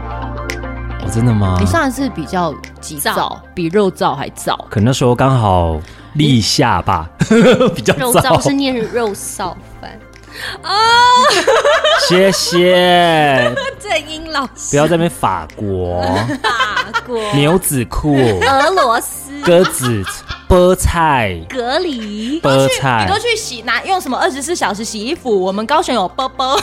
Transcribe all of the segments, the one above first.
哦真的吗嗯你？上一次比较急躁燥，比肉燥还燥。可能那时候刚好立夏吧， 比较肉燥早。是念肉臊饭，谢谢， 这英老不 师要在那边法国法国、牛仔裤、呃俄罗斯、鸽子、菠菜、 隔离，菠你菜都、去洗拿用什么二十四小时洗衣服？我们高雄有波 波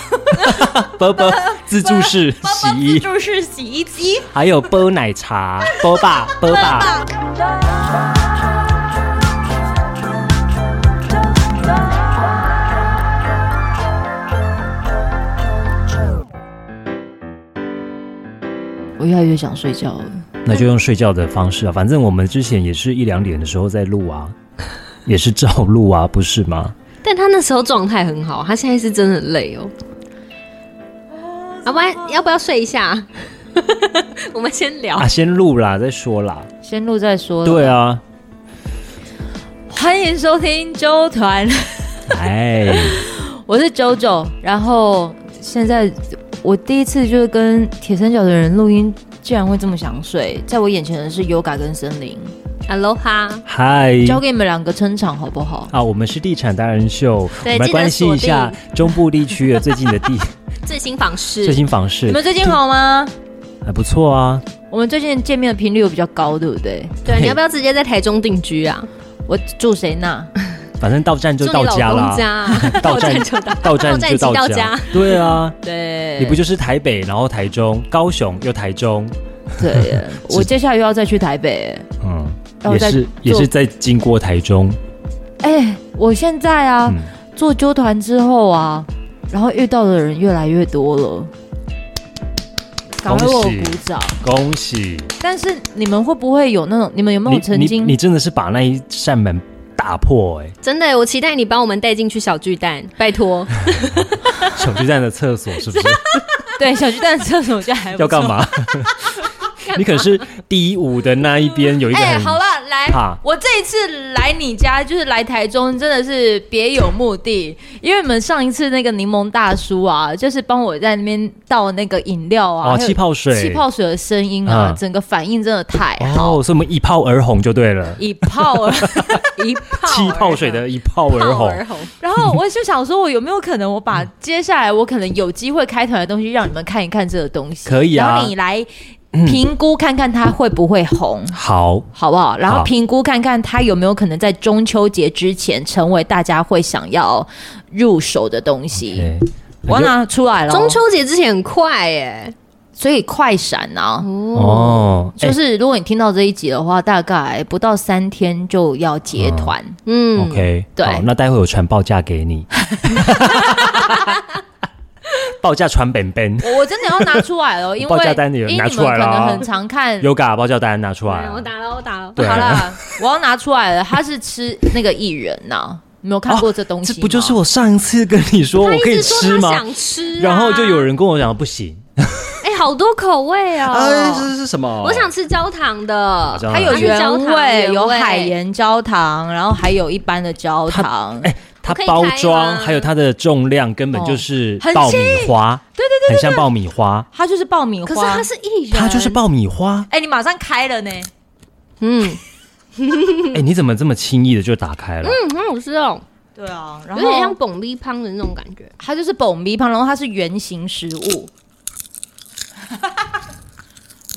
波波自助式波洗自衣，助式洗衣机。还有波奶茶、波霸、波霸。我越来越想睡觉了。那就用睡觉的方式啊，反正我们之前也是一两点的时候在录啊，也是照录啊，不是吗？但他那时候状态很好，他现在是真的很累哦。哦啊要不然要不要睡一下？ 我们先聊。啊，先录啦，再说啦。先录再说。对，啊，欢迎收听周团，哎，我是九九。然后现在我第一次就是跟铁三角的人录音，竟然会这么想睡。在我眼前的是 Yoga 跟森林， Aloha，嗨。交给你们两个撑场好不好？啊，我们是地产达人秀，我对们来关心一下记中部地区的最近的地最新房市最新房你市们最近好吗？还不错啊。我们最近见面的频率有比较高，对不对？对，你要不要直接在台中定居啊？我住谁那？ 反正到 站就住到你老家啦公，家 啊，到站就到。到站到站就即到家家。对啊，对，你不就是台北，然后台中、高雄又台中，对 耶，我接下来又要再去台北耶。嗯，然后也再是也坐是在经过台中，哎、我现在啊，嗯，做纠团之后啊，然后遇到的人越来越多了，赶快为我恭喜鼓掌。恭喜但是你们会不会有那种？你们有没有你曾你经你真的是把那一扇门打破哎、真的，我期待你把我们带进去小巨蛋，拜托。小巨蛋的厕所是不是对小巨蛋的厕所就还不错要干？嘛？ 你可是第五的那一边有一个哎、很好了，来怕，我这一次来你家，就是来台中，真的是别有目的。因为你们上一次那个柠檬大叔啊，就是帮我在那边倒那个饮料哦啊，还有气泡水气泡水的声音啊，嗯整个反应真的太好，哦，所以我们一炮而红就对了，一泡 而一泡而气泡水的一炮而泡红，儿红，然后我就想说，我有没有可能，我嗯把接下来我可能有机会开团的东西，让你们看一看这个东西，可以啊然后你来评估看看它会不会红，嗯好，好不好？然后好评估看看它有没有可能在中秋节之前成为大家会想要入手的东西。对，我要拿出来了哦，中秋节之前很快耶。所以快闪啊！嗯哦，嗯就哎是如果你听到这一集的话，大概不到三天就要结团。嗯哎 OK，对好那待会我传报价给你，报价传本本我我真的要拿出来了，因为嗯报价单也因为拿你出们来可了啊能很常看 Yoga 报价单拿出来啊哎，我打了，我打了。对好啦，我要拿出来了。他是吃那个薏仁呐，你没有看过这东西、哦这不就是？我上一次跟你说他我一可以直吃说他吗？想吃啊，然后就有人跟我讲不行，哎，好多口味哦。哎，这是什么？我想吃焦糖的，焦糖它有它是焦原糖味，原有味海盐焦糖，然后还有一般的焦糖。哎，它我可以包开装吗还有它的重量根本哦就是很爆米花，对对对，很像爆米花，它就是爆米花。可是它是薏仁，它就是爆米花。哎、你马上开了呢。嗯哎，你怎么这么轻易的就打开了？嗯，很好吃哦，对啊，然有后点像蹦咪汤的那种感觉。它就是爆米胖，然后它是圆形食 物。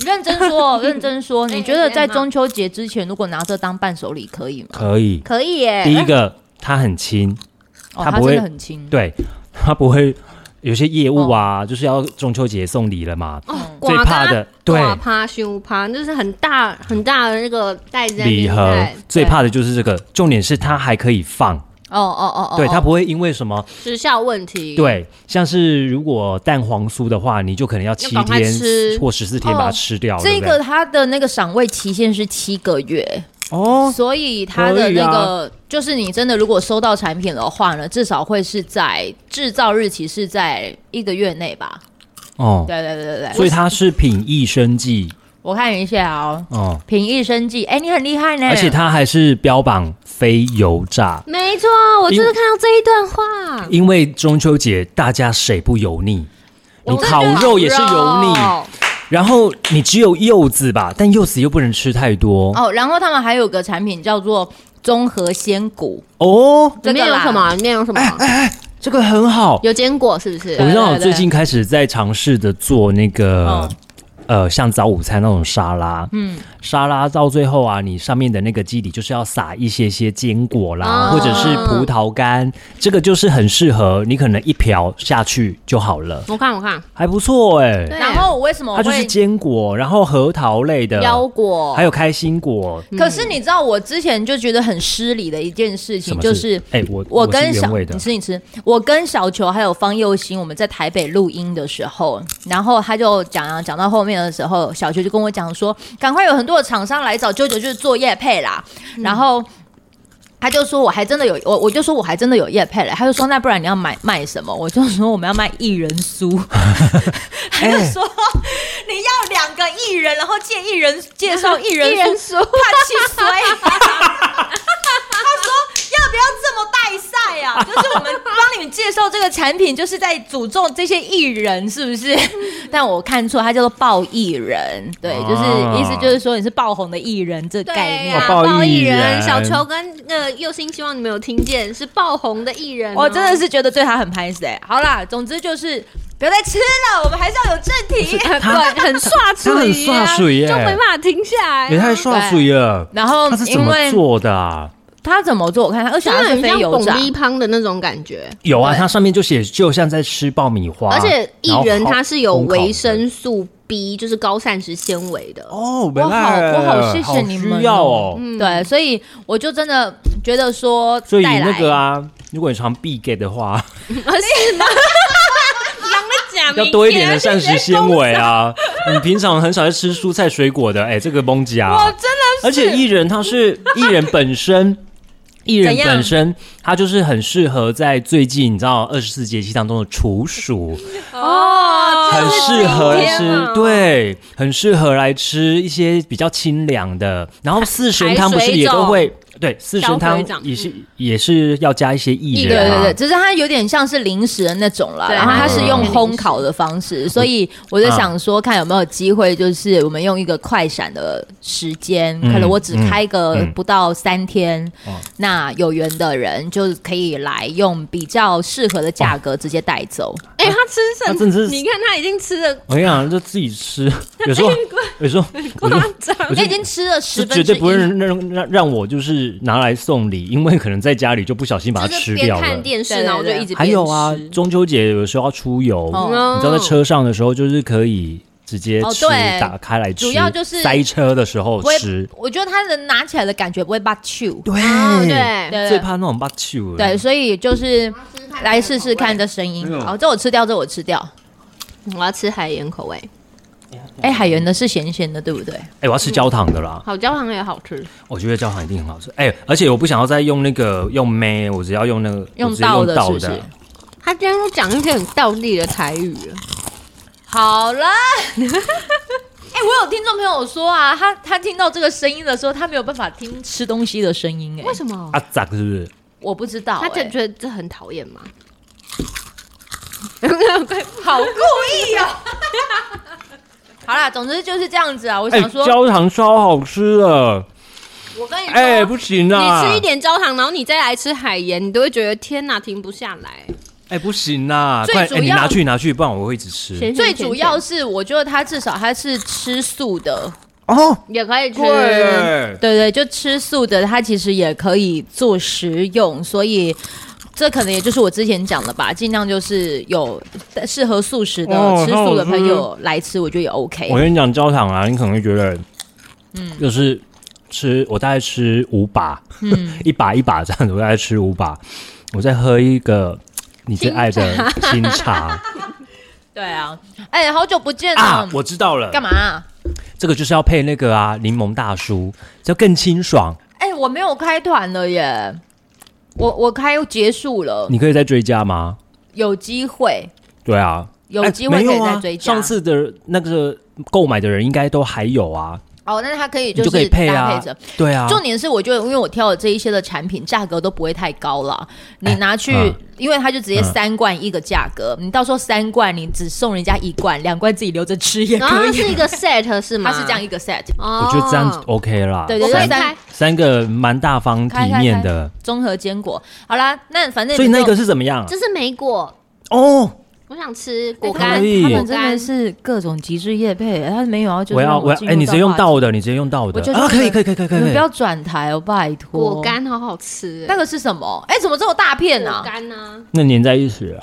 认真说，认真 说，你觉得在中秋节之前，如果拿这当伴手礼可以吗？可以，可以耶，第一个它很轻，哦，它它不会真的很轻。对，它不会有些业务啊，就是要中秋节送礼了嘛，哦，最怕的对挂趴胸趴，就是很大很大的那个袋子在那边礼盒带最怕的就是这个。重点是它还可以放，哦哦哦哦，对，哦它不会因为什么，时效问题。，对，像是如果蛋黄酥的话，你就可能要七要赶快天吃或十四天哦把它吃掉，对这不对个它的那个赏味期限是七个月，哦，所以它的那啊个、就是你真的如果收到产品的话呢，至少会是在制造日期是在一个月内吧？哦，对对对对对，所以它是品益生计，我看一下哦，哦，平益生计，哎，你很厉害呢，而且它还是标榜非油炸。没错，我就是看到这一段话。因为中秋节大家谁不油腻？你我真的烤觉得肉也是油腻，哦烤肉然后你只有柚子吧，但柚子又不能吃太多哦，然后他们还有个产品叫做综合鲜谷，哦。这里个啦面有什么？里面有什么？这个很好，有坚果是不是哎我？对知道我最近开始在尝试的做那个哦。呃，像早午餐那种沙拉，嗯，沙拉到最后啊，你上面的那个基底就是要撒一些些坚果啦，啊哦或者是葡萄干，这个就是很适合你，可能一瓢下去就好了，我看我看，还不错哎、对然后我为什么它就是哦会？坚果，然后核桃类的，腰果还有开心果，可是你知道，我之前就觉得很失礼的一件事什情，么就是哎、我我我跟是小原味的你吃你吃，我跟小球还有方佑兴，我们在台北录音的时候，然后他就讲啊讲到后面的时候，小球就跟我讲说，赶快有很多的厂商来找舅舅就是做业配啦，嗯然后。他就说我还真的有我，我就说我还真的有业配了。他就说那不然你要买卖什么？我就说我们要卖薏仁 酥。他就说你要两个艺人，然后借艺人介绍艺人哎艺人酥，怕气衰。他说要不要这么带赛啊？ 就是我们帮你们介绍这个产品，就是在诅咒这些艺人，是不是？ 但我看错，他叫做爆艺人，对，啊就是意思就是说你是爆红的艺人这概对念。呀，哦爆爆艺艺人人小球跟那个佑星，希望你们有听见，是爆红的艺人哦。我真的是觉得对他很拍死哎。好啦，总之就是不要再吃了，我们 还是要有正题。对，很刷他水、啊，很刷水耶就没办法停下来、啊。哎也太刷水了，然后它是怎因么为做的啊？他怎么做，我看他，而且真他的是很非像油蹦炸。迪汤的那种感觉，有啊，对它上面就写就像在吃爆米花，而且艺然人后好他是有烘烤的维生素 B，就是高膳食纤维的。哦，我原好，来我好谢谢你们哦，需要哦。对，所以我就真的觉得说，所以带来那个啊，如果你常必给的话，啊是 吗？人要多一点的膳食纤维啊。你平常很少在吃蔬菜水果的，哎，这个崩我夹。真的是，而且艺人他是艺人本身。艺人怎样本身，他就是很适合在最近你知道二十四节气当中的处暑，哦，很适合今天吃嘛，对，很适合来吃一些比较清凉的。然后四神汤不是也都会，对，四神小汤腿长也是也是要加一些薏仁对对啊对，，只是它有点像是零食的那种啦，对然后它是用它有点烘烤的方嗯式，所以我就想说，看有没有机会，就是我们用一个快闪的时间，嗯可能我只开个嗯不到三天哦，那有缘的人就可以来用比较适合的价格直接带走。哦哎，他吃他剩，真的是你看他已经吃的我跟你讲，就自己 吃，有时候有时候夸张， 我你就已经吃了是十分绝之对一，不会让让让让我就是拿来送礼，因为可能在家里就不小心把它就吃是边掉看了。电视对，对然后就一直边吃还有啊，中秋节有时候要出游，哦你知道在车上的时候就是可以直接哦吃，对打开来吃，主要就是塞车的时候不会吃。，我觉得它的拿起来的感觉不会把球。对哦对对，对最怕那种把球。对，，所以就是来试试看这声音哎。呦好，这我吃掉，这我吃哦掉。我要吃海盐口味，哎，海源的是咸咸的，对不对？哎，我要吃焦糖的啦，好焦糖也好吃，我觉得焦糖一定很好吃。哎，而且我不想要再用那个用妹，我只要用那个用我直接用倒的倒是不是的。他今天都讲一些很道地的台语了，好了， 哎，我有听众朋友说啊，他他听到这个声音的时候，他没有办法听吃东西的声音，哎为，什么？啊，咋是不是？我不知道，他就哎觉得这很讨厌 嘛。好故意哦。好啦，总之就是这样子啊。我哎想，说，焦糖超好吃的。我跟你哎、说，不行啊！你吃一，点焦糖，然后你再来吃海盐，你都会觉得天哪，停不下来。哎、不行啊！最快，主哎、你要拿去拿去，不然我会一直吃。咸咸最甜主甜要是我觉得他至少他是吃素的，哦，也可以吃，对，对对，就吃素的，它其实也可以做食用，所以这可能也就是我之前讲的吧，尽量就是有适合素食的、哦吃素的朋友来吃，我觉得也 OK 我。跟你讲，焦糖啊，你可能会觉得，嗯，就是吃，我大概吃五把，嗯 一把一把这样子，我大概吃五把，我再喝一个你最爱的清 茶对啊，哎，好久不见啊了，，我知道了，干嘛啊？这个就是要配那个啊，柠檬大叔，就更清爽。哎，我没有开团了耶，我我开结束了，你可以再追加吗？有机会，对啊，有哎机会可没以有啊再追加。上次的那个购买的人应该都还有啊，哦，那它可以你就就是可以配搭啊配着。，对啊，重点是，我觉得因为我挑的这一些的产品价格都不会太高了，你哎拿去，嗯因为它就直接嗯三罐一个价格，你到时候三罐你只送人家一罐，两罐自己留着吃也然后可啊它以。是一个 set 是吗？它是这样，一个 set，哦我觉得这样子哦 OK 啦，啊对我对可三对，以三开三个蛮大方体面的，综合坚果。好啦，那反正所以你那就个是怎么样啊这是莓果，哦？我想吃果哎干可以，他他们们真的是各种极致夜配，他没有要就是我要我要，哎，你直接用到我的，你直接用到我的我就是啊，可以可以可以可以你可们以不，要转台哦，拜托。果干好好吃那哎，个是什么？哎，怎么这么大片果呢？干啊呢？那粘在一起了，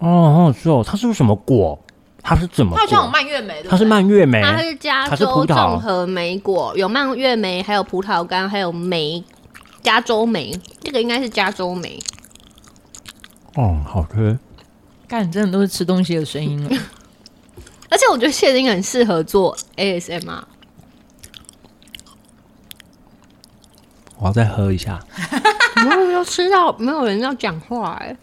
哦，好好吃哦，它是不是什么果？它是怎么它好像果？有蔓越莓，对不对它是蔓越莓，它是加它是州葡综萄合莓果，有蔓越莓，还有葡萄干，还有莓，加州莓，这个应该是加州莓。哦，好吃。干，真的都是吃东西的声音了。嗯而且我觉得谢丁很适合做 ASMR，我要再喝一下。 没有人要吃到没有人要讲话哎、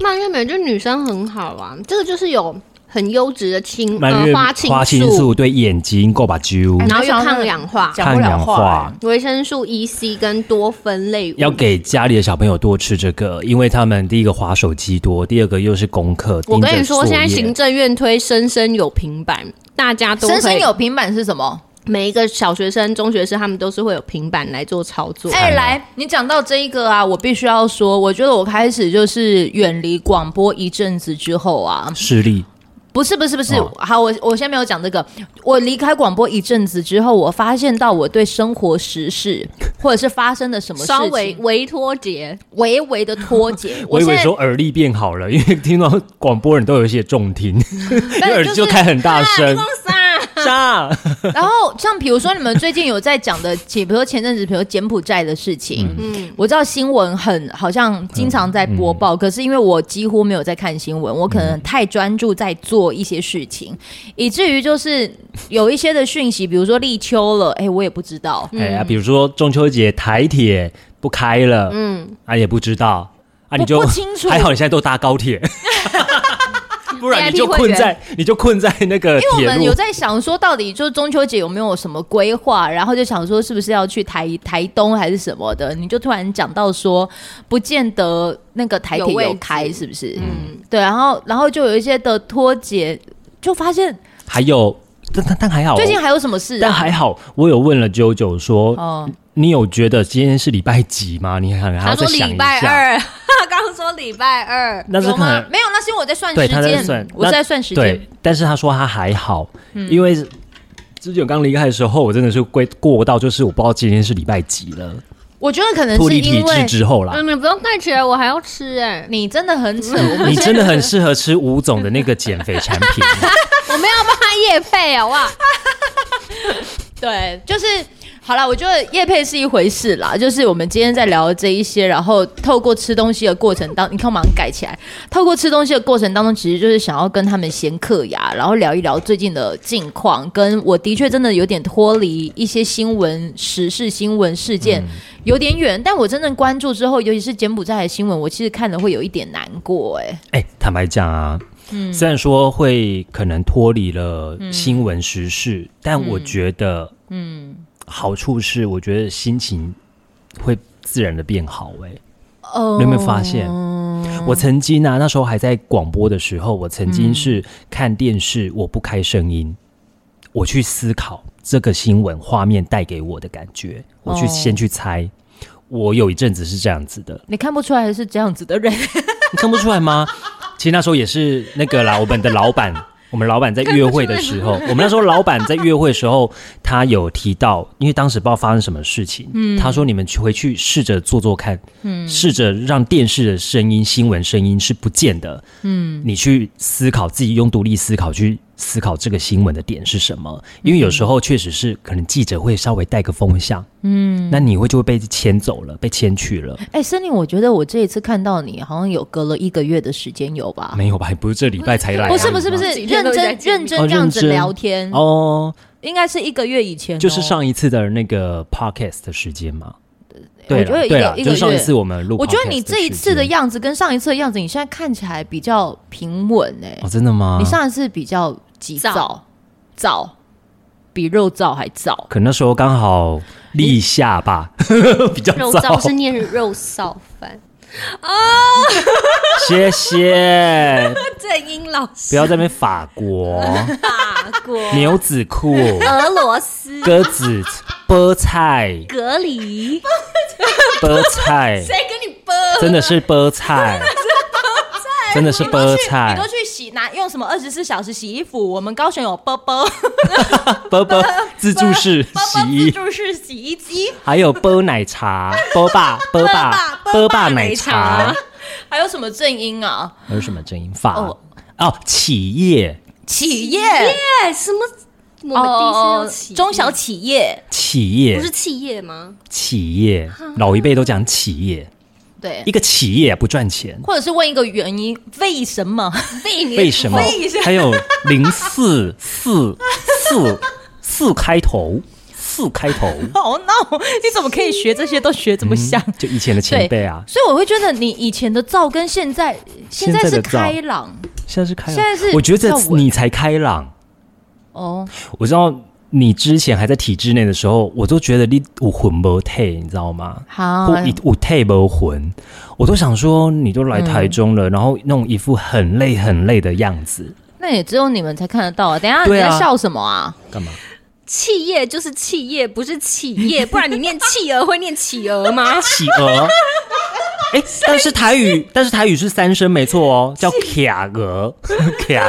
蔓越莓对女生很好啊，这个就是有很优质的青蔓呃越花青花青素对眼睛够把揪，嗯然后又抗氧化、讲不抗了氧话化。维生素 E、C 跟多酚类物要给家里的小朋友多吃这个，因为他们第一个划手机多，第二个又是功课。我跟你盯说，现着在作业行政院推生生有平板，大家都深深会有平板是什么？每一个小学生、中学生，他们都是会有平板来做操作。哎、来，你讲到这一个啊，我必须要说，我觉得我开始就是远离广播一阵子之后啊，视力，不是不是不是，哦好，我我先没有讲这个。我离开广播一阵子之后，我发现到我对生活时事或者是发生的什么事稍微情微脱节，微微的脱节。 我以现为在说耳力变好了，因为听到广播人都有一些重听，因 为耳机就开很大 哎啊声， 炸！然后像比如说你们最近有在讲的，比如说前阵子，比如说柬埔寨的事情，嗯，我知道新闻很好像经常在播报，可是因为我几乎没有在看新闻，我可能太专注在做一些事情，以至于就是有一些的讯息，比如说立秋了，哎，我也不知道。哎呀，比如说中秋节台铁不开了，嗯，啊也不知道，啊你就不清 楚还好你现在都搭高 铁，不然你就困在你就困在那个因为我呃铁们有路。在想说，到底就是中秋节有没有什么规划，然后就想说是不是要去台台东还是什么的，你就突然讲到说，不见得那个台铁有位有置开，是不是？嗯，对，然后然后就有一些的脱节，就发现还有，但但但还好，哦 最近还有什么事、啊？但还好，我有问了啾啾说，哦，你有觉得今天是礼拜几吗？你可能还他要再说想礼一拜下。二， 他刚说礼拜二，那是有可吗能？没有，那是因为我在算时对他在间算，我那在算时间嗯对，，但是他说他还好，因为之前我刚离开的时候，我真的是归过到就是我不知道今天是礼拜几了，我觉得可能脱是离体因制为之后啦。嗯，你不用盖起来，我还要吃哎、你真的 很扯，嗯我们你真的很适合吃吴总的那个减肥产 品，我们要帮他夜配好不好？对，就是好了。我觉得叶配是一回事啦，就是我们今天在聊这一些，然后透过吃东西的过程当，你看我马上改起来。透过吃东西的过程当中，其实就是想要跟他们闲嗑牙，然后聊一聊最近的近况。跟我的确真的有点脱离一些新闻、时事新闻事件、嗯有点远，但我真正关注之后，尤其是柬埔寨的新闻，我其实看的会有一点难过、哎，哎、坦白讲啊，嗯虽然说会可能脱离了新闻时事，但我觉得，嗯，好处是我觉得心情会自然的变好、哎，哦你有没有发现？我曾经啊，那时候还在广播的时候，我曾经是看电视，我不开声音，我去思考这个新闻画面带给我的感觉，我去哦先去猜。我有一阵子是这样子的，你看不出来是这样子的人，你看不出来吗？其实那时候也是那个啦，我们的老板，我们老板在约会的时候，我们那时候老板在约会的时候，他有提到，因为当时不知道发生什么事情，嗯他说你们去回去试着做做看，试着让电视的声音、新闻声音是不见的，嗯，你去思考自己用独立思考去。思考这个新闻的点是什么？嗯因为有时候确实是可能记者会稍微带个风向，嗯，那你会就会被牵走了，被牵去了。哎、森林，我觉得我这一次看到你，好像有隔了一个月的时间，有吧？没有吧？不是这礼拜才来而已吗，啊啊不是不是不是，几认天都在真认见面真哦这样子认真聊天，哦，应该是一个月以前哦、就是上一次的那个 podcast 的时间嘛。对呃我觉得了一个对了，一个就是上月一次我们录 podcast 时间，我觉得你这一次的样子跟上一次的样子，你现在看起来比较平稳哎、哦哦，真的吗？你上一次比较急躁，躁，比肉燥还燥。可那时候刚好立夏吧， 比较肉早燥。是念肉臊饭，谢谢，正音老师不要在那边法国、法国、牛仔裤、俄罗斯、鸽子、菠菜、隔离，菠 菜，谁跟 你啵？真的是菠 菜，真的是你都菠去，你菜都，去洗拿用什么二十四小时洗衣服？我们高雄有啵 啵波波自助式 啵洗啵自衣，助式洗衣机，还有波奶茶、波霸、波霸、波霸奶茶，还有什么正音啊？还有什么正音法哦？哦，企业，企业耶，什么？我们第一次要起中小企业，企不业是，企业吗？企业，老一辈都讲企业，对一，个企业不赚钱，或者是问一个原因，为什么？ 为什么为什么？还有零四四四四开头，四开头，好闹！Oh 你怎么可以学这些都学这么像？就以前的嗯前辈啊，所以我会觉得你以前的照跟现在，现现在在的是照开朗现在是开朗，现在是我觉得较稳你才开朗。哦，我知道你之前还在体制内的时候，我都觉得你有魂不退，你知道吗？哦好或一有退不魂，我都想说你都来嗯台中了，然后弄一副很累很累的样子，那也只有你们才看得到啊！等一下你对啊在笑什么啊？干嘛？？企业就是企业，不是企业，不然你念企鹅会念企鹅吗企鹅。哎、但是台语，但是台语是三声没错哦，叫卡鹅，卡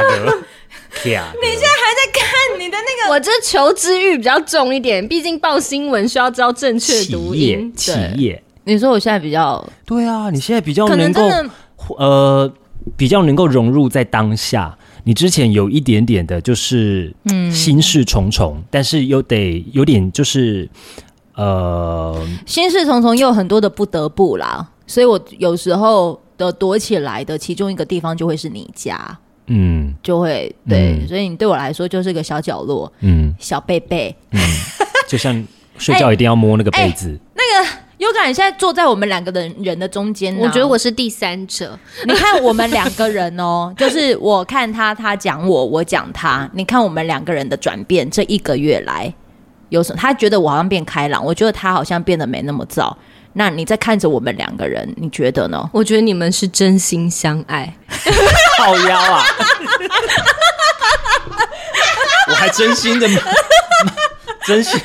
鹅，卡鹅。还在看你的那我这求知欲比较重一点，毕竟报新闻需要知道正确企读业音，。企业，个，你说我现在比较对啊，你现在比较可能能够真的呃，比较能够融入在当下。你之前有一点点的，就是嗯，心事重重，但是又得有点就是呃，心事重重，又有很多的不得不啦，所以我有时候的躲起来的其中一个地方就会是你家，嗯就会对，嗯所以你对我来说就是个小角落、嗯，小贝贝。就像睡觉一定要摸那个被子，优感，你现在坐在我们两个人人的中间呢、我觉得我是第三者，你看我们两个人 哦，就是我看他，他讲我，我讲他。你看我们两个人的转变，这一个月来有什么？他觉得我好像变开朗，我觉得他好像变得没那么燥。那你在看着我们两个人，你觉得 呢？我觉得你们是真心相爱。靠腰 啊！我还真心的， 真心。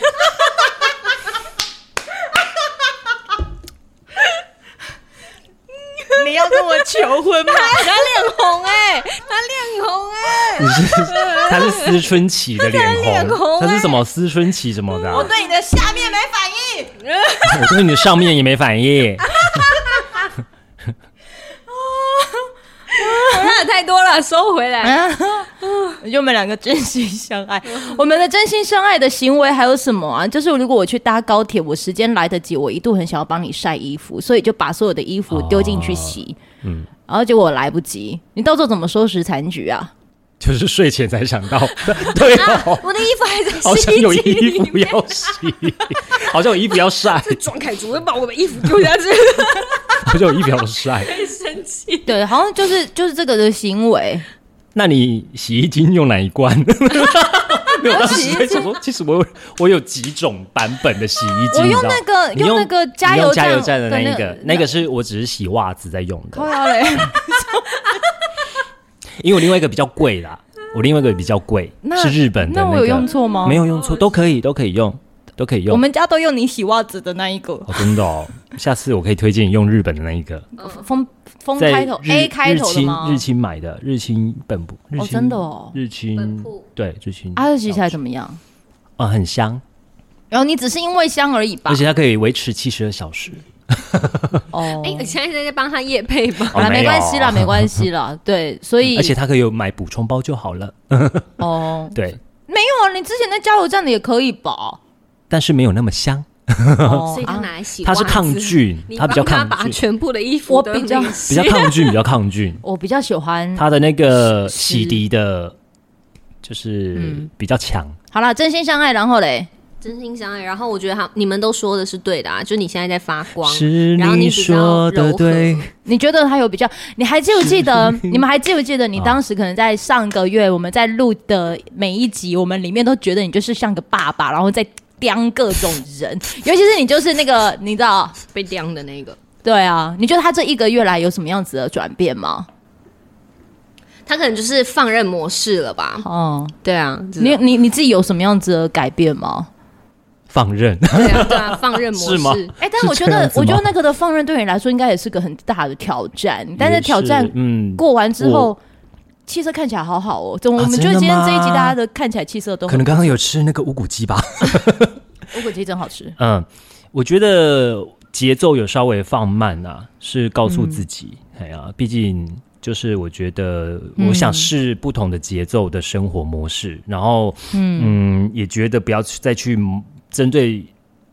你要跟我求婚吗？他脸红哎、他脸红哎、你是他是思春期的脸脸红红，哎欸他是什么思春期什么的啊、对你的下面没反应。我对你的上面也没反应。我看的太多了，收回哎来。就我们两个真心相爱， 我们的真心相爱的行为还有什么啊？就是如果我去搭高铁，我时间来得及，我一度很想要帮你晒衣服，所以就把所有的衣服丢进去洗，哦嗯，然后结果我来不及，你到时候怎么收拾残局啊？就是睡前才想 到，对哦，我的衣服还在好洗像衣有机衣里服面。要洗， 好像有衣服要 晒，庄凯主会把我的衣服丢下去，好像有衣服要晒。生气。对，好像就是就是这个的 行为，那你洗衣精用哪一 罐？没有，当时在想说，其实我有我有几种版本的洗衣精，我你用知道那个你用用那个加你用油加油站站的的那一那哦个，那个是我只是洗袜子在用的，要嘞，因为我另外一个比较贵啦，我另外一个比较贵 那是日本的那我个，有用错吗没有用错，都可以，都可以用，都可以用。我们家都用你洗袜子的那一个，哦，真的哦，下次我可以推荐你用日本的那一个，风风在开头日 A 开头日的清吗？日清买的，日清本部，日清、真的哦啊日本清部对日清，阿洗起来怎么样？啊、很香，然后你只是因为香而已吧而？且它可以维持七十二小时。哦哎、你现在在帮他夜配吧？好了，哦没没有嗯关 系啦，没关系啦。对，所以而且它可以有买补充包就好了，哦，对，没有啊，你之前在加油站的也可 以吧？但是没有那么香，哦所以他啊拿来洗它袜是子。抗菌你，它帮比较抗把菌，全部的衣服我都比较那个洗比较抗菌，比较抗菌。 我比较喜欢。它的那个是嗯洗涤的，就是比较强，好啦，真心相爱，然后嘞，真心相爱。然后我觉得他你们都说的是对的啊，就你现在在发光，是然后你你比较说的柔和对，你觉得他有比较？你还记不记得？你们还记不 记得你当时可能在上个月我们在录的每一集，我们里面都觉得你就是像个爸爸，然后在刁各种人， 尤其是你就是那个，你知道？被晾的那个。对啊，你觉得他这一个月来有什么样子的转变吗？他可能就是放任模式了吧？哦，对啊，你你你自己有什么样子的改变吗？放任，对啊，对啊，放任模是吗式。哎、但是我觉这得样，子我觉得吗那个的放任对你来说应该也是个很大的挑战，但是也挑战嗯，过完之后，气色看起来好好哦。怎么？我啊们觉真的得今天这一集吗大家的看起来气色都可很能刚刚有吃那个乌骨鸡吧。乌骨鸡真好吃。嗯，我觉得节奏有稍微放慢啊，是告诉自己，哎呀、毕竟就是我觉得我想试不同的节奏的生活模式，然后嗯也觉得不要去再去针对。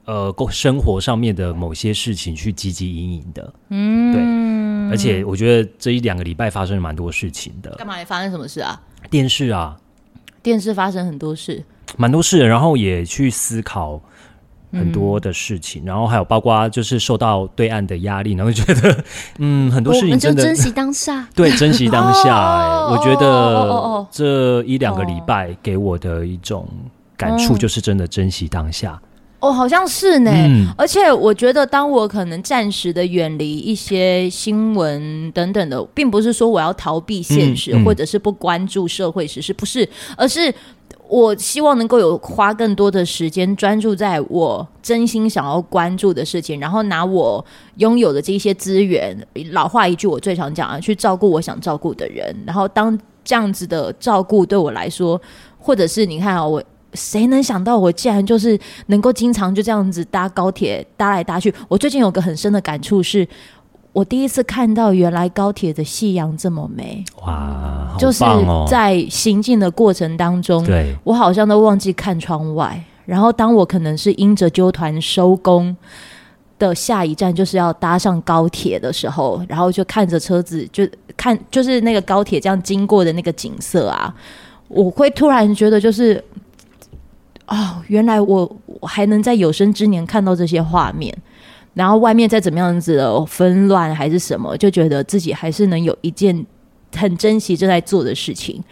呃，过生活上面的某些事情去汲汲营营的，嗯，对，而且我觉得这一两个礼拜发生了蛮多事情的，干嘛？发生什么事啊？电视啊，电视发生很多事，蛮多事的，然后也去思考很多的事情，然后还有包括就是受到对岸的压力，然后觉得嗯，很多事我情们就真的珍惜当下。对珍惜当下、哎哦我觉哦哦哦得哦这一两个礼拜给我的一种感触就是真的珍惜当下，哦，好像是呢。嗯而且我觉得，当我可能暂时的远离一些新闻等等的，并不是说我要逃避现实，嗯嗯或者是不关注社会时事，不是，而是我希望能够有花更多的时间专注在我真心想要关注的事情，然后拿我拥有的这些资源，老话一句我最常讲啊，去照顾我想照顾的人。然后当这样子的照顾对我来说，或者是你看啊、我谁能想到我竟然就是能够经常就这样子搭高铁搭来搭去？我最近有个很深的感触是。我第一次看到原来高铁的夕阳这么美，哇，好就是棒哦，在行进的过程当中，对，我好像都忘记看窗外。然后，当我可能是因着纠团收工的下一站就是要搭上高铁的时候，然后就看着车子，就看就是那个高铁这样经过的那个景色啊，我会突然觉得就是，哦，原来我我还能在有生之年看到这些画面。然后外面再怎么样子的纷乱还是什么，就觉得自己还是能有一件很珍惜正在做的事情。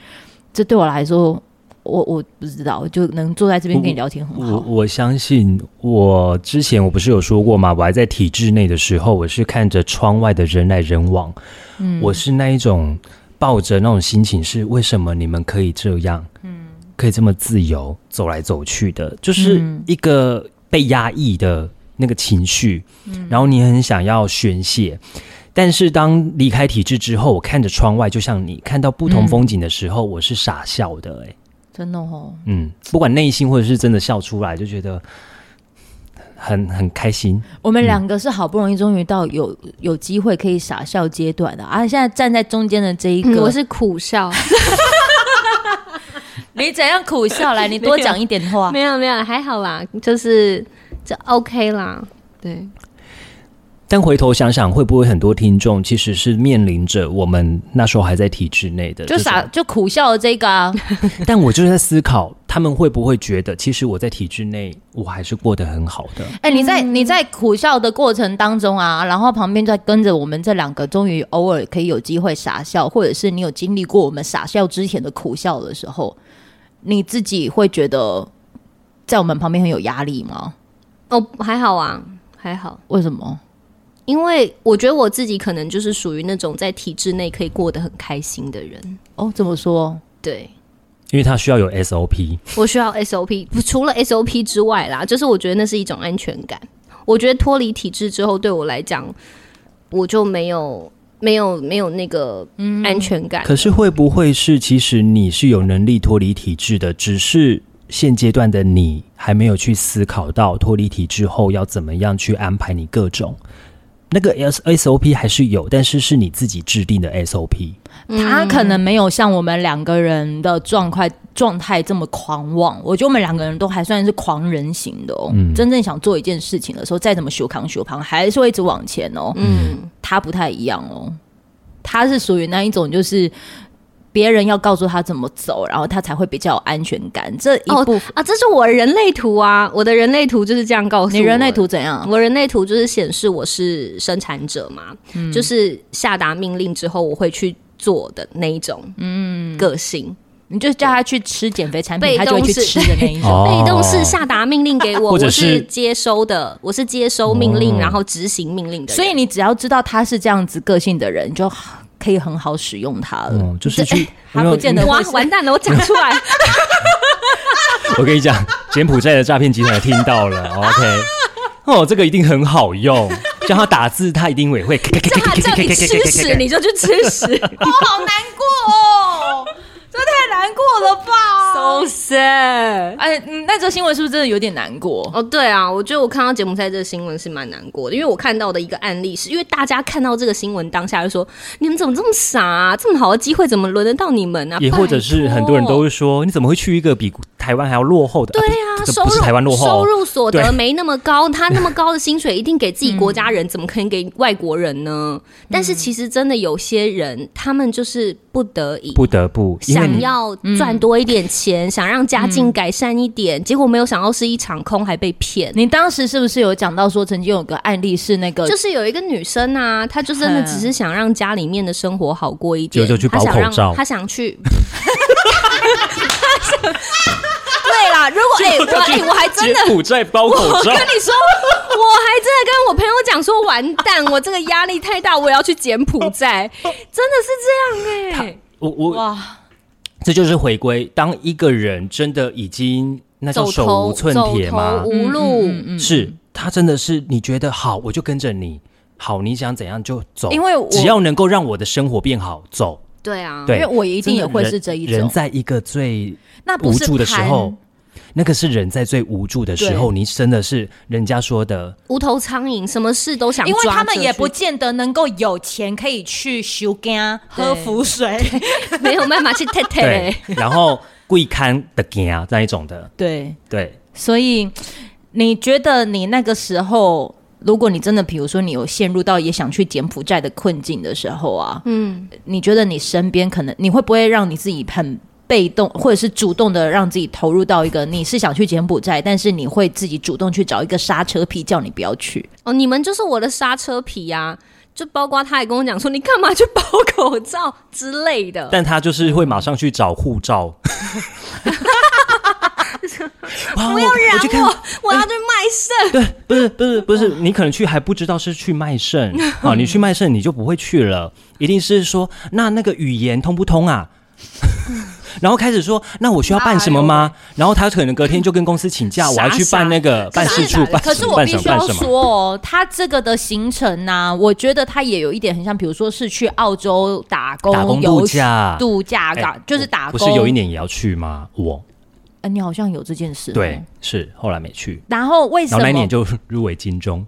这对我来说，我我不知道，就能坐在这边跟你聊天很我好。我相信，我之前我不是有说过嘛，我还在体制内的时候，我是看着窗外的人来人往，嗯我是那一种抱着那种心情是为什么你们可以这样，嗯，可以这么自由走来走去的，就是一个被压抑的那个情绪，然后你很想要宣泄。但是当离开体制之后，我看着窗外，就像你看到不同风景的时候，我是傻笑的、欸，真的哦，嗯，不管内心或者是真的笑出来，就觉得很很开心。我们两个是好不容易终于到有有机会可以傻笑阶段的啊！现在站在中间的这一个，嗯我是苦笑，你怎样苦笑来？你多讲一点话。 没有没有，还好啦，就是这 OK 啦。对，但回头想想，会不会很多听众其实是面临着我们那时候还在体制内的这就种傻就苦笑的这个啊， 嗯但我就是在思考，他们会不会觉得，其实我在体制内，我还是过得很好的。哎、你在你在苦笑的过程当中啊，然后旁边在跟着我们这两个，终于偶尔可以有机会傻笑，或者是你有经历过我们傻笑之前的苦笑的时候，你自己会觉得在我们旁边很有压力吗？哦，还好啊，还好。为什么？因为我觉得我自己可能就是属于那种在体制内可以过得很开心的人。哦，怎么说？对因为他需要有 SOP，我需要 SOP，除了 SOP 之外啦，就是我觉得那是一种安全感。我觉得脱离体制之后，对我来讲，我就没有没有没有那个嗯安全感。可是会不会是其实你是有能力脱离体制的，只是现阶段的你还没有去思考到脱离体制后要怎么样去安排你各种那个 S SOP 还是有，但是是你自己制定的 SOP。他可能没有像我们两个人的状态状态这么狂妄，我觉得我们两个人都还算是狂人型的哦。嗯真正想做一件事情的时候，再怎么修扛修扛，还是会一直往前哦。嗯，他不太一样哦，他是属于那一种就是。别人要告诉他怎么走，然后他才会比较有安全感。这一哦部、啊，这是我的人类图啊，我的人类图就是这样告诉你人类我图怎样？我人类图就是显示我是生产者嘛，就是下达命令之后我会去做的那一种，嗯，个性。你就叫他去吃减肥产品，被他就会去动式吃的那一种。哦被动式下达命令给我，或者我是是接收的，我是接收命令，哦然后执行命令的人。所以你只要知道他是这样子个性的人，你就可以很好使用他了。嗯，就是去，他不见得哇会，是完蛋了，我讲出 来，我跟你讲，柬埔寨的诈骗集团听到 了，OK。哦，这个一定很好用，叫他打字，他一定也会。 叫他叫你吃 屎，你就去吃屎哦，好难过哦，这太难过了吧？ ，so sad。哎，嗯那这新闻是不是真的有点难过？ 哦，对啊，我觉得我看到柬埔寨这个新闻是蛮难过的，因为我看到的一个案例是，因为大家看到这个新闻当下就说：“你们怎么这么傻啊？这么好的机会怎么轮得到你们呢、啊？”也或者是拜托很多人都会说，你怎么会去一个比台湾还要落后的？对啊啊，不这收不是入台湾落后哦，收入所得对没那么高，他那么高的薪水一定给自己国家人， 怎么可能给外国人嗯呢？但是其实真的有些人，他们就是不得已。不得不，因为想你嗯要赚多一点钱，想让家境改善一点，结果没有想到是一场空，还被骗。你当时是不是有讲到说，曾经有个案例是那个就是有一个女生啊，她就真的 只是想让家里面的生活好过一点，就就去她包想口让罩她想去。 对啦，如果哎、我哎、我 还真的柬。埔寨包口罩我跟，你说，我还真的跟我朋友讲说，完蛋，我这个压力太大，我要去柬埔寨，真的是这样哎、我我哇，这就是回归，当一个人真的已经那叫走手无投寸走铁吗投？无路，嗯是他真的是你觉得好，我就跟着你，好，你想怎样就走，因为我嗯只要能够让我的生活变好，走。对啊，对，因为我一定也会是这一人。人种，在一个最那不无是助的时候贪，，那个是人在最无助的时候，你真的是人家说的，无头苍蝇，什么事都想抓因着为去，他们也不见得能够有钱可以去修干喝浮 水，没有办法去 t e 对，然后贵看的啊那一种的， 对，对，所以你觉得你那个时候，如果你真的比如说你有陷入到也想去柬埔寨的困境的时候啊，嗯，你觉得你身边可能你会不会让你自己很被动，或者是主动的让自己投入到一个你是想去柬埔寨，但是你会自己主动去找一个刹车皮叫你不要去？哦，你们就是我的刹车皮呀、就包括他也跟我讲说，你干嘛去包口罩之类的。但他就是会马上去找护 照。哇不要我我去染看我，我要去卖肾。对，不是不是不是，你可能去还不知道是去卖 肾啊，你去卖肾你就不会去了，一定是说那那个语言通不通啊？ 然后开始说，那我需要办什么哎吗？然后他可能隔天就跟公司请假，我傻要去办那个办事处傻傻的办可什是么我办必什么须要办什么。说哦，他这个的行程呢、我觉得他也有一点很像，比如说是去澳洲打工、打工游度假度假哎打、就是打不工。是有一年也要去吗？我呃，你好像有这件事。对。是后来没去，然后为什然后么？那一年就入围金钟，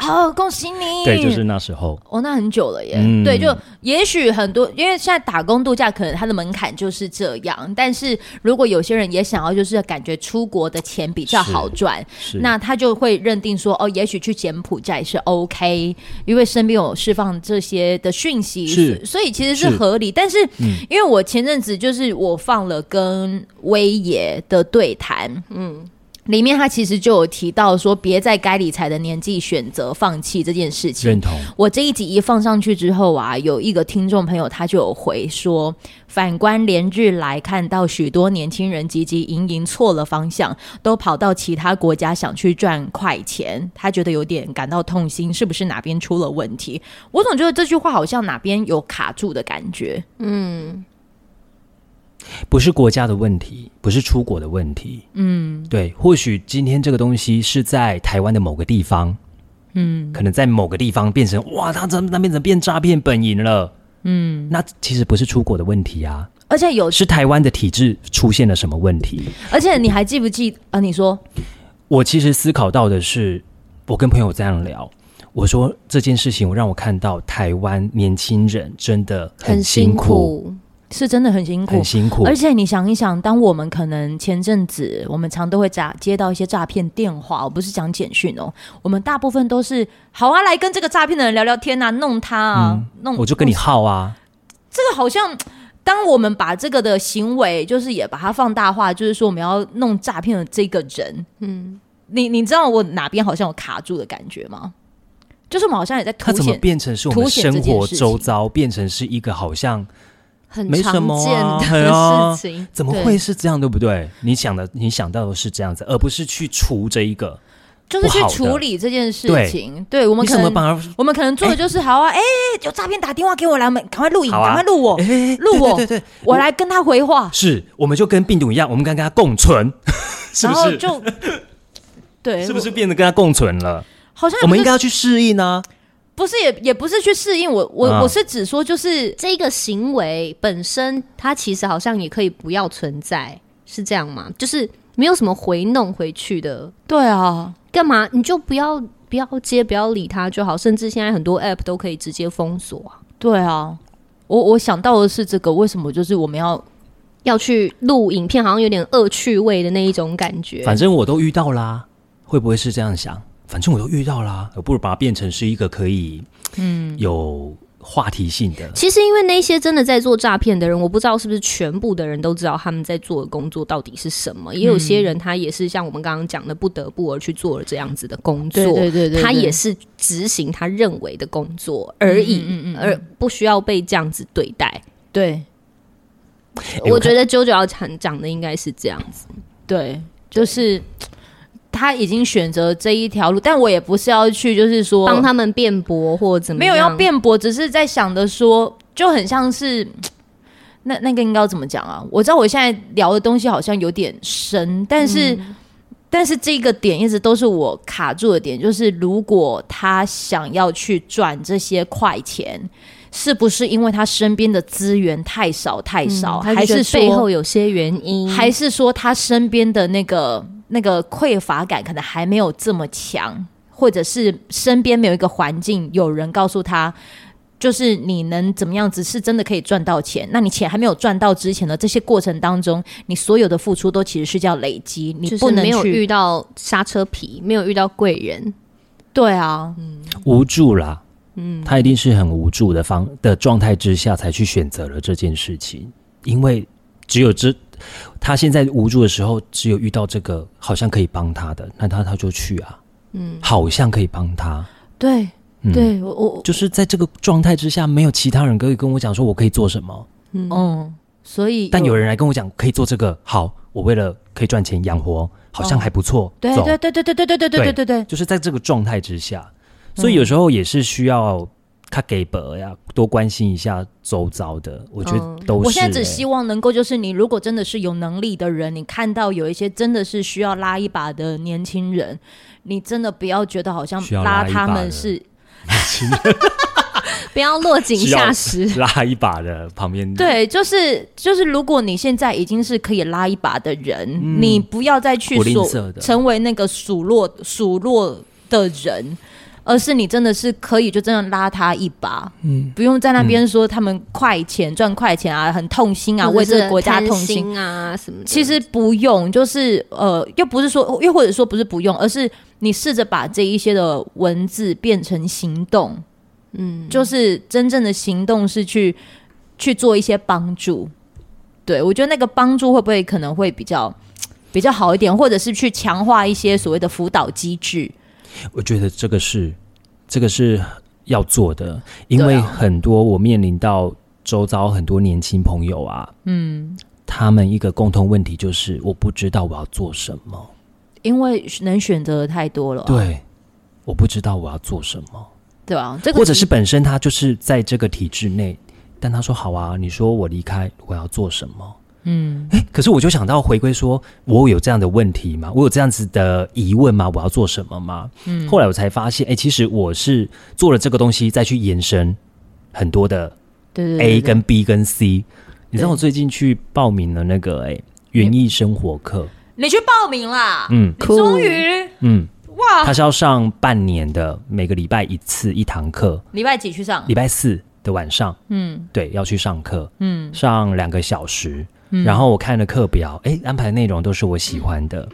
哦，恭喜你！对，就是那时候哦，那很久了耶。嗯对，就也许很多，因为现在打工度假可能它的门槛就是这样，但是如果有些人也想要，就是感觉出国的钱比较好赚，是那他就会认定说，哦，也许去柬埔寨是 OK，因为身边有释放这些的讯息，是所所以其实是是嗯合理。但是因为我前阵子就是我放了跟威爷的对谈，嗯。里面他其实就有提到说，别在该理财的年纪选择放弃这件事情认。同我这一集一放上去之后啊，有一个听众朋友他就有回说，反观连日来看到许多年轻人汲汲营营错了方向，都跑到其他国家想去赚快钱，他觉得有点感到痛心，是不是哪边出了问题？我总觉得这句话好像哪边有卡住的感觉。不是国家的问题，不是出国的问题。嗯，对，或许今天这个东西是在台湾的某个地方，嗯，可能在某个地方变成哇，他怎么那边怎么变诈骗本营了？嗯，那其实不是出国的问题啊，而且有，是台湾的体制出现了什么问题？而且你还记不记啊？你说，我其实思考到的是，我跟朋友这样聊，我说这件事情，我让我看到台湾年轻人真的很辛苦，，是真的很辛苦很，辛苦，而且你想一想，当我们可能前阵子，我们常都会诈接到一些诈骗电话，我不是讲简讯哦，我们大部分都是好啊，来跟这个诈骗的人聊聊天啊，弄他啊，弄嗯我就跟你弄耗啊，这个好像当我们把这个的行为，就是也把它放大化，就是说我们要弄诈骗的这个人，嗯，你你知道我哪边好像有卡住的感觉吗？就是我们好像也在它凸怎么显，变成是我们凸显这生件活事情周遭变成是一个好像很没常什么见啊哎呀的事情。怎么对会是这样，对不对？你想的你想到的是这样子，而不是去除这一个。就是去不好的处理这件事对情。对我们你可怎么能把它我们可能做的就是好啊，哎、有诈骗打电话给我来，我们赶快录影，好啊赶快录我，哎录对我对对对，我来跟他回话，是，我们就跟病毒一样，我们跟它共存， 是然不后是？就 对，是不是变得跟它共存了？我？好像也我们不应是该要去适应啊呢、不是也也不是去适应我我、啊我是指说就是这个行为本身，它其实好像也可以不要存在，是这样吗？就是没有什么回弄回去的，对啊，干嘛你就不要不要接，不要理他就好。甚至现在很多 app 都可以直接封锁啊，对啊，我我想到的是这个，为什么就是我们要要去录影片，好像有点恶趣味的那一种感觉。反正我都遇到啦，会不会是这样想？反正我都遇到啦，我不如把它变成是一个可以，嗯，有话题性的。其实，因为那些真的在做诈骗的人，我不知道是不是全部的人都知道他们在做的工作到底是什么。也有些人他也是像我们刚刚讲的，不得不而去做了这样子的工作。对他也是执行他认为的工作而已，嗯嗯嗯嗯而不需要被这样子对待。对我我觉得啾啾要讲讲的应该是这样子，对，就是。他已经选择这一条路，但我也不是要去，就是说帮他们辩驳或怎么没样有要辩驳，只是在想的说，就很像是那那个应该要怎么讲啊？我知道我现在聊的东西好像有点深，但是、嗯但是这个点一直都是我卡住的点，就是如果他想要去赚这些快钱，是不是因为他身边的资源太少太少，嗯还是他就觉说得背后有些原因，还是说他身边的那个那个匮乏感可能还没有这么强，或者是身边没有一个环境，有人告诉他，就是你能怎么样子是真的可以赚到钱。那你钱还没有赚到之前的这些过程当中，你所有的付出都其实是叫累积，你就不是能没有去遇到刹车皮，没有遇到贵人，对啊，无助啦，嗯，他一定是很无助的方的状态之下才去选择了这件事情，因为只有这他现在无助的时候，只有遇到这个好像可以帮他的，那他他就去啊，嗯，好像可以帮他，对嗯，，对，我我就是在这个状态之下，没有其他人可以跟我讲说我可以做什么，哦嗯，所以但有人来跟我讲可以做这个，好，我为了可以赚钱养活，好像还不错，对走对对对对对对对对对对，就是在这个状态之下，嗯所以有时候也是需要他给本呀，多关心一下周遭的。我觉得嗯都是、欸我现在只希望能够，就是你如果真的是有能力的人，你看到有一些真的是需要拉一把的年轻人，你真的不要觉得好像需要拉一把他的们是 不要落井下石。欸拉一把的旁边，对，就是就是，如果你现在已经是可以拉一把的人，你不要再去嗯不吝数啬的成为那个数落数落的人。而是你真的是可以就真的拉他一把，嗯，不用在那边说他们快钱赚快钱啊，很痛心啊，或为者这是个国家痛贪心心啊什么的，其实不用，就是呃，又不是说，又或者说不是不用，而是你试着把这一些的文字变成行动，嗯，就是真正的行动是去去做一些帮助。对我觉得那个帮助会不会可能会比较比较好一点，或者是去强化一些所谓的辅导机制？我觉得这个是这个是要做的，因对为啊很多我面临到周遭很多年轻朋友啊，嗯，他们一个共同问题就是我不知道我要做什么，因为能选择的太多了啊、对，我不知道我要做什么。对吧、这个或者其是本身他就是在这个体制内，但他说好啊，你说我离开，我要做什么？嗯，哎，可是我就想到回归说，我有这样的问题吗？我有这样子的疑问吗？我要做什么吗？嗯，后来我才发现，哎，其实我是做了这个东西，再去延伸很多的对对对 A 对跟 B 跟 C。你知道我最近去报名了那个哎嗯园艺生活课，你去报名啦，嗯你终于嗯，哇，它是要上半年的，每个礼拜一次一堂课，礼拜几去上？礼拜四的晚上，嗯，对，要去上课，嗯，上两个小时，然后我看了课表，哎，安排的内容都是我喜欢的，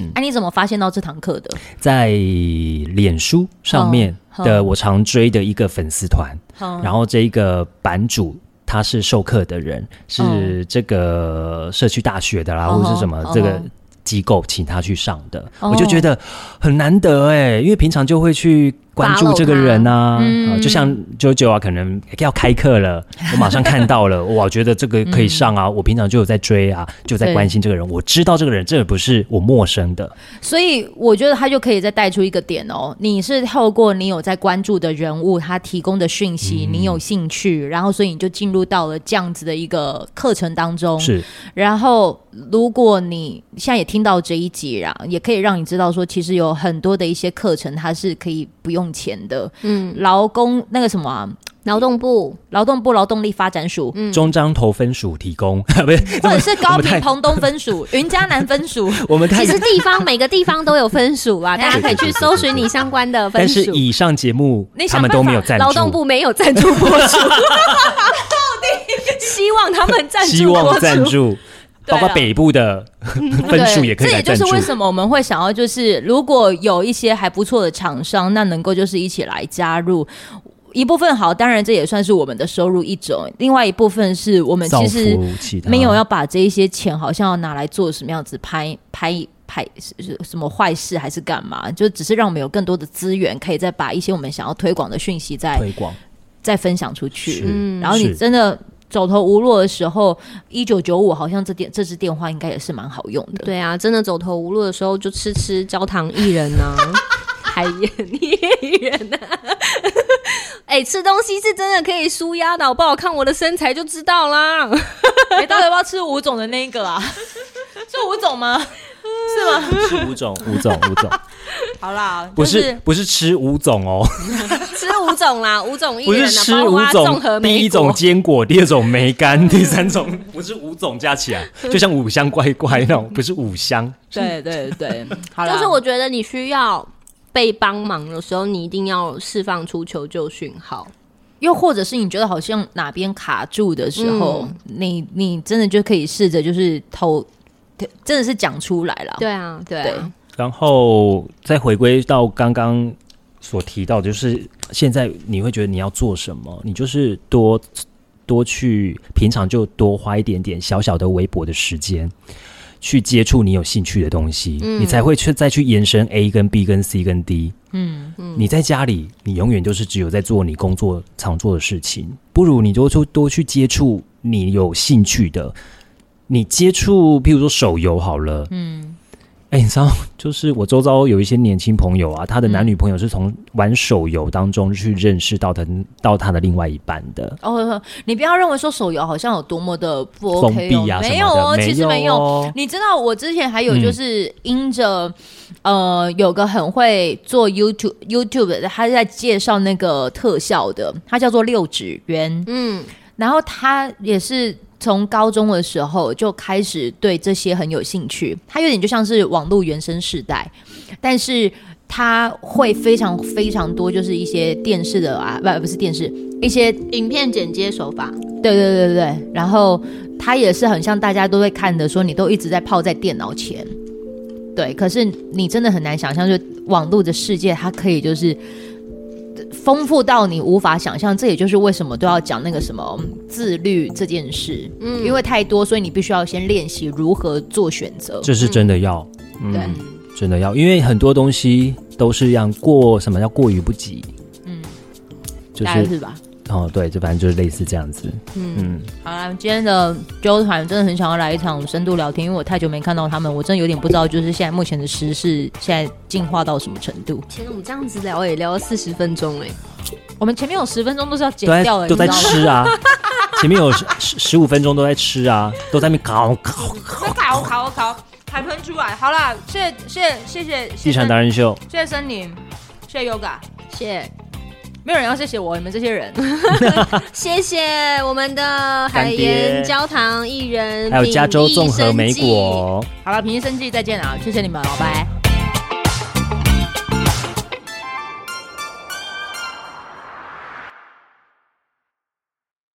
嗯哎、你怎么发现到这堂课的？在脸书上面哦的我常追的一个粉丝团，好然后这一个版主他是授课的人，是这个社区大学的啦，或者是什么哦吼这个哦吼机构请他去上的，哦我就觉得很难得哎、因为平常就会去关注 Follow 这个人啊，他嗯啊就像九九啊，可能要开课 了，我马上看到了，哇，我觉得这个可以上啊，我平常就有在追啊，就在嗯对关心这个人，我知道这个人，这也不是我陌生的，所以我觉得他就可以再带出一个点哦，你是透过你有在关注的人物他提供的讯息，嗯你有兴趣，然后所以你就进入到了这样子的一个课程当中。是然后，如果你现在也听到这一集啦，也可以让你知道说，其实有很多的一些课程它是可以不用钱的。嗯，劳工那个什么啊、劳动 部劳动部劳动力发展署，中章头分署提供， 不是，或者是高我们平太屏东 分署、云嘉南分署，我们太其实地方每个地方都有分属 啊，大家可对以对对去搜寻你相关的分但是属。以上节目你想他们都没有办赞法助，劳动部没有赞助播出， 到底 希望他们赞助希播望出赞助， 对包啊嗯括北部的分数也可以这来也赞就是助。为什么我们会想要，就是如果有一些还不错的厂商，那能够就是一起来加入。一部分好，当然这也算是我们的收入一种；，另外一部分是我们造其实福其他没有要把这一些钱好像要拿来做什么样子拍拍拍是是什么坏事还是干嘛，就只是让我们有更多的资源，可以再把一些我们想要推广的讯息再推广，再分享出去。是然后你是真的走投无路的时候，一九九五好像这电这支电话应该也是蛮好用的。对啊，真的走投无路的时候就吃吃焦糖薏仁 啊，海盐薏 仁啊。哎、吃东西是真的可以舒压的，好不好看我的身材就知道啦。哎，到底要不要吃吴总的那一个 啊？是吴总吗？是 吗？是吴总，吴总，吴总， 好啦，不就是不是吃吴总哦，吃五种 啦，五种不薏是仁啊，吃包吴括综合总，第莓一果种。坚果，第二种梅干， 第三种不是吴总加起来，就像五香乖乖那种，不是五香，对对对，好啦，就是我觉得你需要被帮忙的时候，你一定要释放出求救讯号。又或者是你觉得好像哪边卡住的时候，你你真的就可以试着就是投，真的是讲出来了。对啊，对啊，然后再回归到刚刚所提到的，就是现在你会觉得你要做什么，你就是多多去平常就多花一点点小小的微薄的时间。去接触你有兴趣的东西，你才会去再去延伸 A 跟 B 跟 C 跟 D。嗯嗯，你在家里，你永远就是只有在做你工作常做的事情，不如你多出多去接触你有兴趣的。你接触，譬如说手游好了，哎、你知道，就是我周遭有一些年轻朋友啊，他的男女朋友是从玩手游当中去认识到他到他的另外一半的。哦，你不要认为说手游好像有多么的不封 OK 哦闭，啊什么的没有哦，其实没没有有嗯哦。你知道我之前还有就是因着、呃，有个很会做 YouTube YouTube 的，他在介绍那个特效的，他叫做六指渊，嗯，然后他也是。从高中的时候就开始对这些很有兴趣，他有点就像是网络原生世代，但是他会非常非常多，就是一些电视的啊，不不是电视，一些影片剪接手法，对对对对对，然后他也是很像大家都会看的，说你都一直在泡在电脑前，对，可是你真的很难想象，就网络的世界，它可以就是呃丰富到你无法想象。这也就是为什么都要讲那个什么嗯自律这件事，嗯，因为太多，所以你必须要先练习如何做选择。这是真的要，嗯，对真的要，因为很多东西都是一样过，什么叫过于不及，嗯，就大概是是嗯吧？哦，对，就反正就是类似这样子，嗯好啦，今天的纠团真的很想要来一场深度聊天，因为我太久没看到他们，我真的有点不知道，就是现在目前的时事现在进化到什么程度。其实我们这样子聊也聊了四十分钟哎、我们前面有十分钟都是要剪都在掉的，都在你知道吗吃啊， 前面有十十五分钟都在吃啊，都在那边搞 搞在烤烤烤，还喷出来。好啦，谢谢谢谢谢地谢产达人秀，谢谢森林，谢谢 Yoga，谢没有人要谢谢我，你们这些人。 谢谢我们的海干爹盐焦糖薏仁，还有加州品综益合生莓技果。哦好了，平心生计，再见啊，谢谢你们，拜拜。